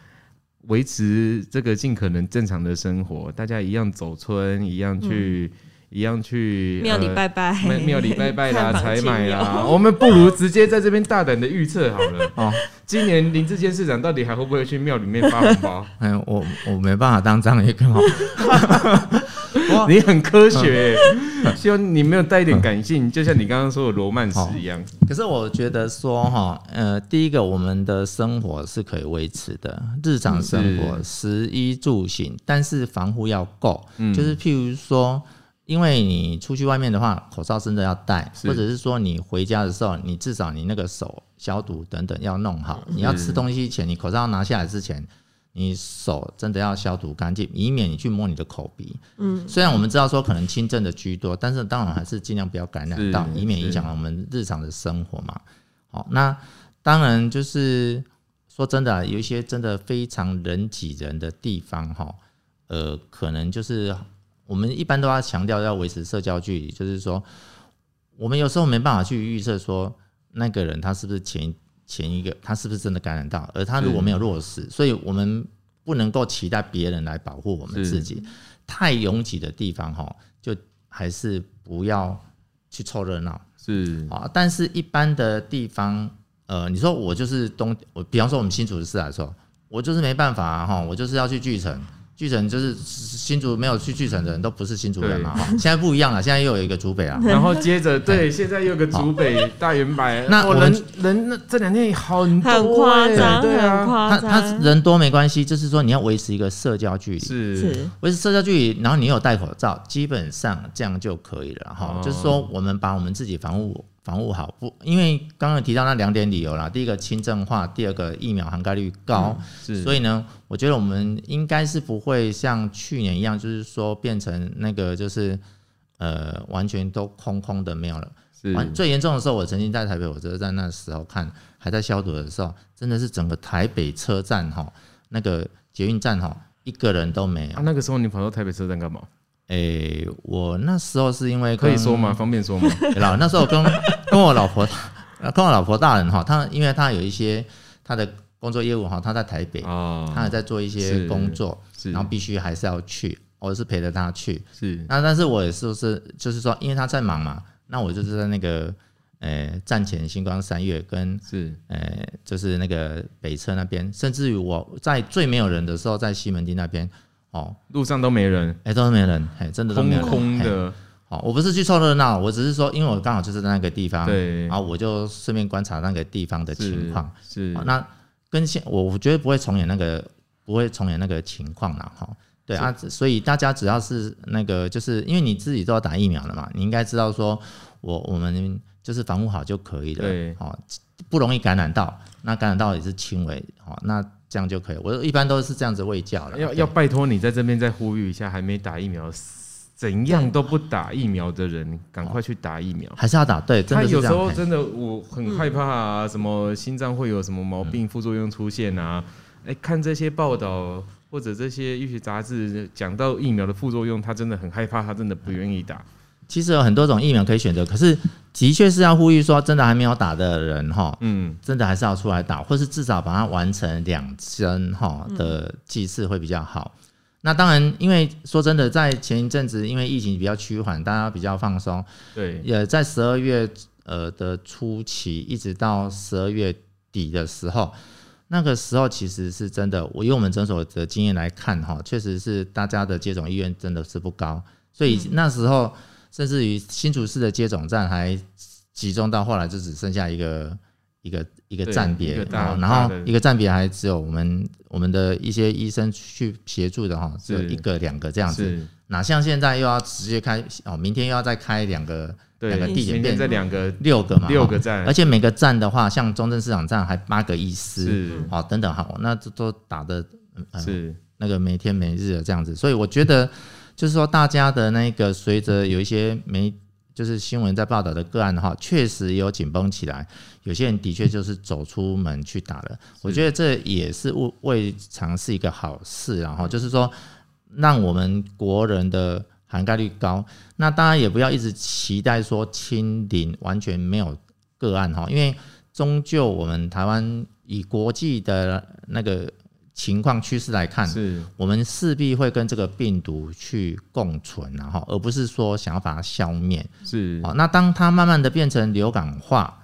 S1: 维持这个尽可能正常的生活？大家一样走村，一样去，一样去
S3: 嗯庙里
S1: 呃
S3: 拜拜，
S1: 庙庙里拜拜啦，
S3: 看房
S1: 采
S3: 亲
S1: 买
S3: 友
S1: 啦， 我们不如直接在这边大胆的预测好 了。
S2: 哦，
S1: 今年林志坚市长到底还会不会去庙里面发红 包？
S2: 嗯，我我没办法当张一更好。哇
S1: 你很科学、欸， 希望你没有带一点感性，就像你刚刚说的罗曼史一样。
S2: 可是我觉得说哈，呃，第一个我们的生活是可以维持的，日常生活、食衣住行，但是防护要够，就是譬如说。因为你出去外面的话，口罩真的要戴，
S1: 是
S2: 或者是说你回家的时候，你至少你那个手消毒等等要弄好。你要吃东西前，你口罩拿下来之前，你手真的要消毒干净，以免你去摸你的口鼻。嗯，虽然我们知道说可能轻症的居多，但是当然还是尽量不要感染到，
S1: 是
S2: 以免影响我们日常的生活嘛。好，那当然就是说真的啊、有一些真的非常人挤人的地方哈，呃，可能就是我们一般都要强调要维持社交距离，就是说我们有时候没办法去预测说那个人他是不是前前一个他是不是真的感染到，而他如果没有落实，所以我们不能够期待别人来保护我们
S1: 是
S2: 自己。太拥挤的地方哈，就还是不要去凑热闹。
S1: 是
S2: 啊，但是一般的地方，呃，你说我就是东，我比方说我们新竹市来说，我就是没办法啊哈、我就是要去巨城，巨城就是新竹没有去巨城的人都不是新竹人嘛哈，现在不一样了，现在又有一个竹北啊，
S1: 然后接着，对，现在又有个竹北大圆白，
S2: 那
S1: 哦
S2: 我们
S1: 哎人人那这两天也好很多欸
S3: 很夸张，
S1: 对
S3: 很
S1: 啊，
S2: 他
S3: 夸
S2: 他
S3: 张，
S2: 人多没关系，就是说你要维持一个社交距离，
S1: 是
S3: 是
S2: 维持社交距离，然后你有戴口罩，基本上这样就可以了哈。
S1: 哦
S2: 就是说，我们把我们自己防护防护好，不，因为刚刚有提到那两点理由啦，第一个轻症化，第二个疫苗涵盖率高，
S1: 是，
S2: 所
S1: 以
S2: 以呢，我觉得我们应该是不会像去年一样，就是说变成那个就是呃完全都空空的没有了。完
S1: 是
S2: 最严重的时候，我曾经在台北火车站那时候看，还在消毒的时候，真的是整个台北车站哈，那个捷运站哈，一个人都没有
S1: 啊，。那个时候你跑到台北车站干嘛？
S2: 诶、我那时候是因为
S1: 可以
S2: 跟
S1: 说吗？方便说吗？
S2: 老那时候跟跟我老婆，呃跟我老婆大人哈，她因为她有一些她的工作业务哈，她在台北，她
S1: 啊
S2: 还，在做一些
S1: 是
S2: 工作，
S1: 是
S2: 然后必须还是要去，我是陪着她去。
S1: 是
S2: 那但是我也是是就是说，因为她在忙嘛，那我就是在那个呃站前星光三月跟
S1: 是
S2: 呃就是那个北侧那边，甚至于我在最没有人的时候，在西门町那边哦，
S1: 路上都没人，
S2: 哎、都没人，哎、真的都没
S1: 空
S2: 有
S1: 空
S2: 人，嘿
S1: 的，
S2: 好，我不是去凑热闹，我只是说，因为我刚好就是在那个地方，，
S1: 对
S2: 然，后我就顺便观察那个地方哎啊的情况。啊
S1: 是
S2: 好哦那跟现我我觉得不会重演那个不会重演那个情况啦，哈。对啊，所以大家只要是那个，就是因为你自己都要打疫苗了嘛，你应该知道说我我们就是防护好就可以了，
S1: 对
S2: 好、不容易感染到，那感染到也是轻微，好、那这样就可以。我一般都是这样子喂教了，
S1: 要
S2: 对
S1: 要拜托你在这边再呼吁一下，还没打疫苗，怎样都不打疫苗的人，赶快去打疫苗。
S2: 还是要打，对，真
S1: 他
S2: 的是
S1: 有
S2: 这
S1: 时
S2: 样。哎
S1: 候
S2: 嘿
S1: 真的我很害怕啊，什么心脏会有什么毛病、副作用出现啊？哎，看这些报道或者这些医学杂志讲到疫苗的副作用，他真的很害怕，他真的不愿意打。
S2: 其实有很多种疫苗可以选择，可是的确是要呼吁说，真的还没有打的人哈，
S1: 嗯，
S2: 真的还是要出来打，或是至少把它完成两针哈的剂次会比较好。那当然，因为说真的，在前一阵子因为疫情比较趋缓，大家比较放松，
S1: 对，
S2: 也在十二月呃的初期，一直到十二月底的时候，那个时候其实是真的，我以我们诊所的经验来看哈，确实是大家的接种意愿真的是不高，所以那时候甚至于新竹市的接种站还集中到后来就只剩下一个一个一个
S1: 对
S2: 站
S1: 一
S2: 别
S1: 个，大
S2: 哦
S1: 大
S2: 然后
S1: 的
S2: 一个站别还只有我们我们的一些医生去协助的哈，只有
S1: 是
S2: 一个两个这样子，
S1: 是，
S2: 哪像现在又要直接开哦，明天又要再开两个
S1: 对
S2: 两个，地
S1: 明
S2: 点
S1: 天
S2: 变
S1: 这两个
S2: 六个嘛，
S1: 六
S2: 哈
S1: 个站
S2: 而，且每个站的话，像中正市场站还八个医师，
S1: 是
S2: 好、等等，好，那这都打的
S1: 是
S2: 那个没天没日的这样子，所以我觉得就是说大家的那个随着有一些媒就是新闻在报道的个案的话，确实有紧绷起来，有些人的确就是走出门去打了，我觉得这也是未未尝是一个好事啦，然后就是说让我们国人的。涵盖率高，那当然也不要一直期待说清零完全没有个案哈，因为终究我们台湾以国际的那个情况趋势来看，
S1: 是
S2: 我们势必会跟这个病毒去共存、然后而不是说想要把它消灭。
S1: 是
S2: 哦，那当它慢慢的变成流感化，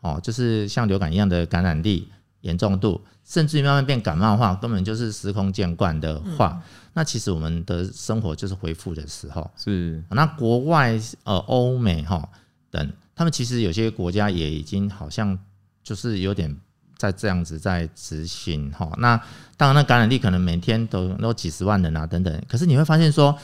S2: 哦，就是像流感一样的感染力、严重度，甚至于慢慢变感冒化，根本就是司空见惯的话，那其实我们的生活就是恢复的时候。
S1: 是
S2: 那国外呃欧美哈等，他们其实有些国家也已经好像就是有点在这样子在执行哈。那当然，那感染力可能每天都都几十万人啊等等。可是你会发现说，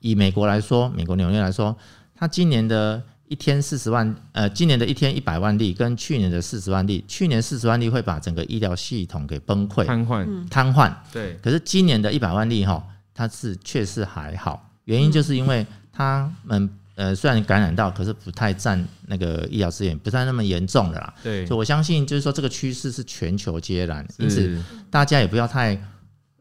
S2: 以美国来说，美国纽约来说，它今年的一天四十万，呃，今年的一天一百万例，跟去年的四十万例，去年四十万例会把整个医疗系统给崩溃
S1: 瘫痪，
S2: 瘫痪。
S1: 对
S2: 可是今年的一百万例哈，它是确实还好，原因就是因为他们呃虽然感染到，可是不太占那个医疗资源，不太那么严重的啦。
S1: 对
S2: 所以我相信就是说这个趋势是全球皆然，因此
S1: 是
S2: 大家也不要太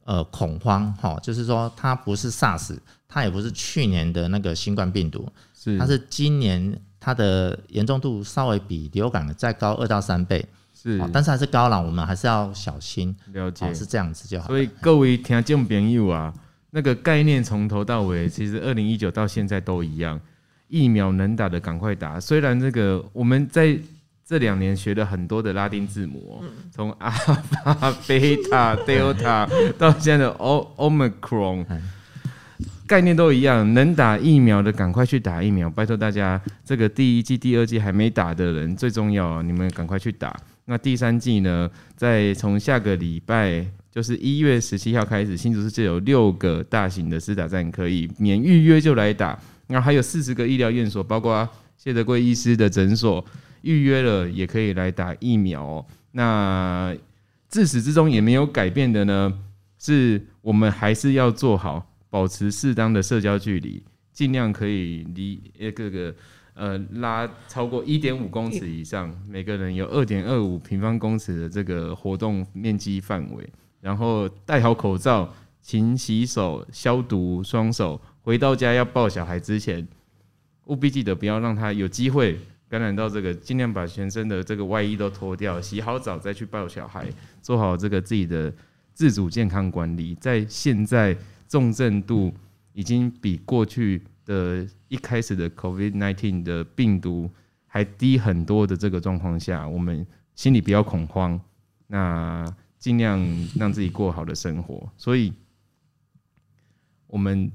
S2: 呃恐慌哈、就是说它不是 SARS，它也不是去年的那个新冠病毒，
S1: 是
S2: 它是今年它的严重度稍微比流感再高二到三倍，
S1: 是
S2: 哦但是还是高了，我们还是要小心，
S1: 了解
S2: 哦，是这样子就好了。
S1: 所以各位听众朋友啊，那个概念从头到尾， 其实二零一九到现在都一样，疫苗能打的赶快打。虽然这个我们在这两年学了很多的拉丁字母哦、
S2: 嗯
S1: 从阿尔 法、贝塔、delta 到现在的 O omicron，概念都一样，能打疫苗的赶快去打疫苗，拜托大家，这个第一季、第二季还没打的人最重要啊，你们赶快去打。那第三季呢，在从下个礼拜，就是一月十七号开始，新竹市就有六个大型的施打站可以免预约就来打，那还有四十个医疗院所，包括谢德贵医师的诊所，预约了也可以来打疫苗、哦。那自始至终也没有改变的呢，是我们还是要做好保持适当的社交距离，尽量可以离呃各个呃拉超过一点五公尺以上，每个人有二点二五平方公尺的这个活动面积范围，然后戴好口罩，勤洗手、消毒双手，回到家要抱小孩之前，务必记得不要让他有机会。感染到这个，尽量把全身的这个外衣都脱掉，洗好澡再去抱小孩，做好这个自己的自主健康管理，在现在重症度已经比过去的一开始的 COVID-19 的病毒还低很多的这个状况下，我们心里不要恐慌，那尽量让自己过好的生活。所以，我们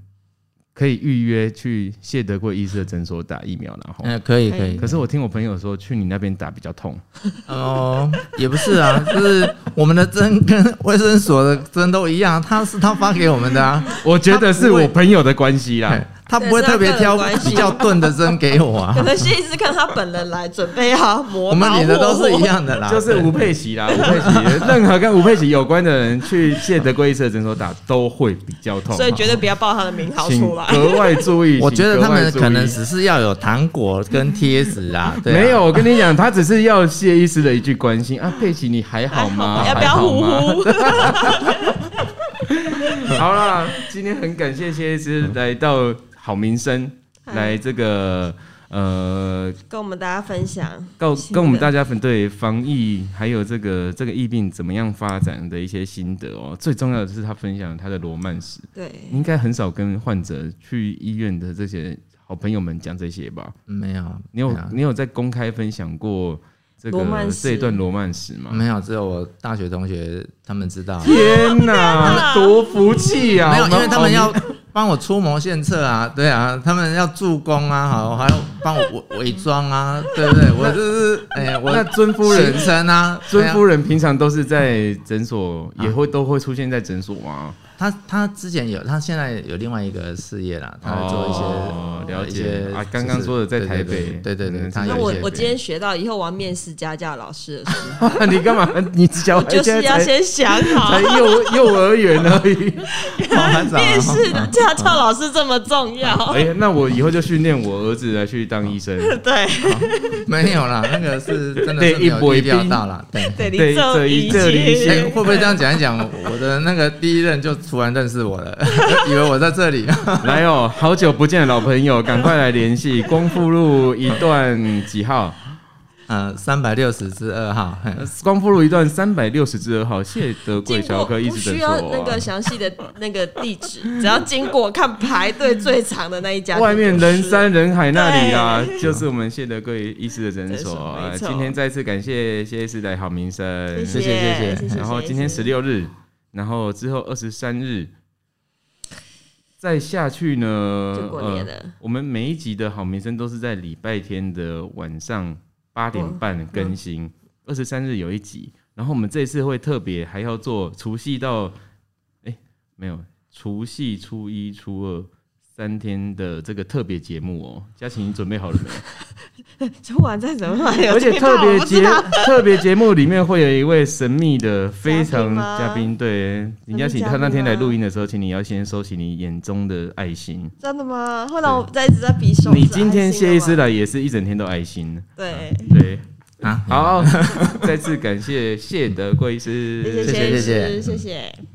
S1: 可以预约去谢德贵医师的诊所打疫苗，然后。
S2: 嗯、可以
S3: 可以
S2: 可以，
S1: 可是我听我朋友说，去你那边打比较痛。
S2: 哦，也不是啊， 就是我们的针跟卫生所的针都一样，他是他发给我们的啊，
S1: 我觉得是我朋友的关系 啦
S2: 嘿。他不会特别挑比较钝的针给我啊
S3: 可，能谢医师看他本人来准备好磨。
S2: 我们领的都是一，样的啦，
S1: 就是吴佩奇 啦，吴佩奇，任何跟吴佩奇有关的人去谢德贵医师的诊所打都会比较痛，
S3: 所以绝对不要报他的名号
S1: 请
S3: 出来。
S1: 格外注意。
S2: 我觉得
S1: 请格
S2: 他
S1: 外
S2: 们
S1: 注意
S2: 可能只是要有糖果跟贴纸啊，对啊
S1: 没有，我跟你讲，他只是要谢医师的一句关心啊，佩奇你还好吗？
S3: 要不要
S1: 还好
S3: 呼
S1: 吗？
S3: 呼？
S1: 好啦，今天很感谢谢医师来到好民生，来这个呃
S3: 跟我们大家分享，
S1: 告
S3: 心得
S1: 跟我们大家分对防疫还有这个这个疫病怎么样发展的一些心得哦。最重要的是他分享他的罗曼史，
S3: 对，
S1: 应该很少跟患者去医院的这些好朋友们讲这些吧？
S2: 没有，
S1: 你有、
S2: 对啊
S1: 你有在公开分享过这
S3: 罗曼
S1: 个
S3: 史
S1: 这一段罗曼史吗？
S2: 没有，只有我大学同学他们知道，啊
S1: 天哪，多福气啊！
S2: 没有，
S1: 我
S2: 因为他们
S1: 好
S2: 要帮我出谋献策啊，对啊，他们要助攻啊，好，还要帮我 伪伪装啊，对不对？我就是哎、我
S1: 那尊夫人
S2: 行程啊，对
S1: 尊
S2: 啊
S1: 夫人平常都是在诊所，也会都会出现在诊所吗？
S2: 他他之前有，他现在有另外一个事业啦，他做一些、呃
S1: 哦了
S2: 一
S1: 解
S2: 些
S1: 啊，刚刚说的在台北，
S2: 对对对对对
S1: 嗯
S2: 他有
S3: 那
S2: 一
S3: 我
S2: 些
S3: 我今天学到，以后我要面试家教老师的时候，
S1: 你干嘛？你只讲
S3: 就
S1: 现
S3: 是
S1: 在
S3: 要
S1: 才
S3: 先想好
S1: 才幼幼儿园而已。
S2: 面
S3: 面试的家教老师这么重要。
S1: 哎，那我以后就训练我儿子来去当医生。
S3: 对
S2: 没有啦，那个是真的
S1: 对
S2: 是没有
S1: 一
S2: 意
S1: 杯
S2: 料
S1: 冰
S2: 到啦，对。
S1: 对
S3: 对，你
S1: 这一
S3: 一
S1: 这里
S2: 哎、
S1: 先
S2: 会不会这样讲一讲？我的那个第一任就突然认识我了， 以为我在这里。
S1: 来哦，好久不见的老朋友，赶快来联系光复路一段几号？
S2: 嗯，三百六十之二号，嘿
S1: 光复路一段三百六十之二号，谢德贵
S3: 经
S1: 小
S3: 过
S1: 科医
S3: 不
S1: 师
S3: 需
S1: 诊
S3: 要
S1: 所、
S3: 那个详细的那个地址， 只要经过看排队最长的那一家，
S1: 外面人山人海那里啊，就是我们谢德贵医师的诊
S3: 诊
S1: 所
S3: 所
S1: 啊。
S3: 没错
S1: 今天再次感谢谢医师的好名声，
S2: 谢谢
S3: 谢
S2: 谢谢
S3: 谢谢。
S1: 然后今天十
S3: 谢谢
S1: 六日，然后之后二十三日，再下去呢，
S3: 就过年了
S1: 呃我们每一集的好名声都是在礼拜天的晚上八点半更新，二十三日有一集。然后我们这次会特别还要做除夕到，哎、没有除夕、初一、初二三天的这个特别节目哦。嘉晴，你准备好了没有？
S3: 突然在怎么办？
S1: 而且特别节
S3: 节
S1: 特别节目里面会有一位神秘的非常
S3: 嘉宾吗
S1: 嘉宾，对
S3: 秘
S1: 林嘉请他那天
S3: 嘉宾吗
S1: 来录音的时候，请你要先收起你眼中的爱心。
S3: 真的吗？会让我在一直在比手指。
S1: 你今天谢医师
S3: 的
S1: 来也是一整天都爱心，
S3: 对，
S1: 对，
S2: 啊，
S1: 好，再次感谢谢德贵医师，
S2: 谢
S3: 谢谢谢
S2: 谢
S3: 谢谢谢。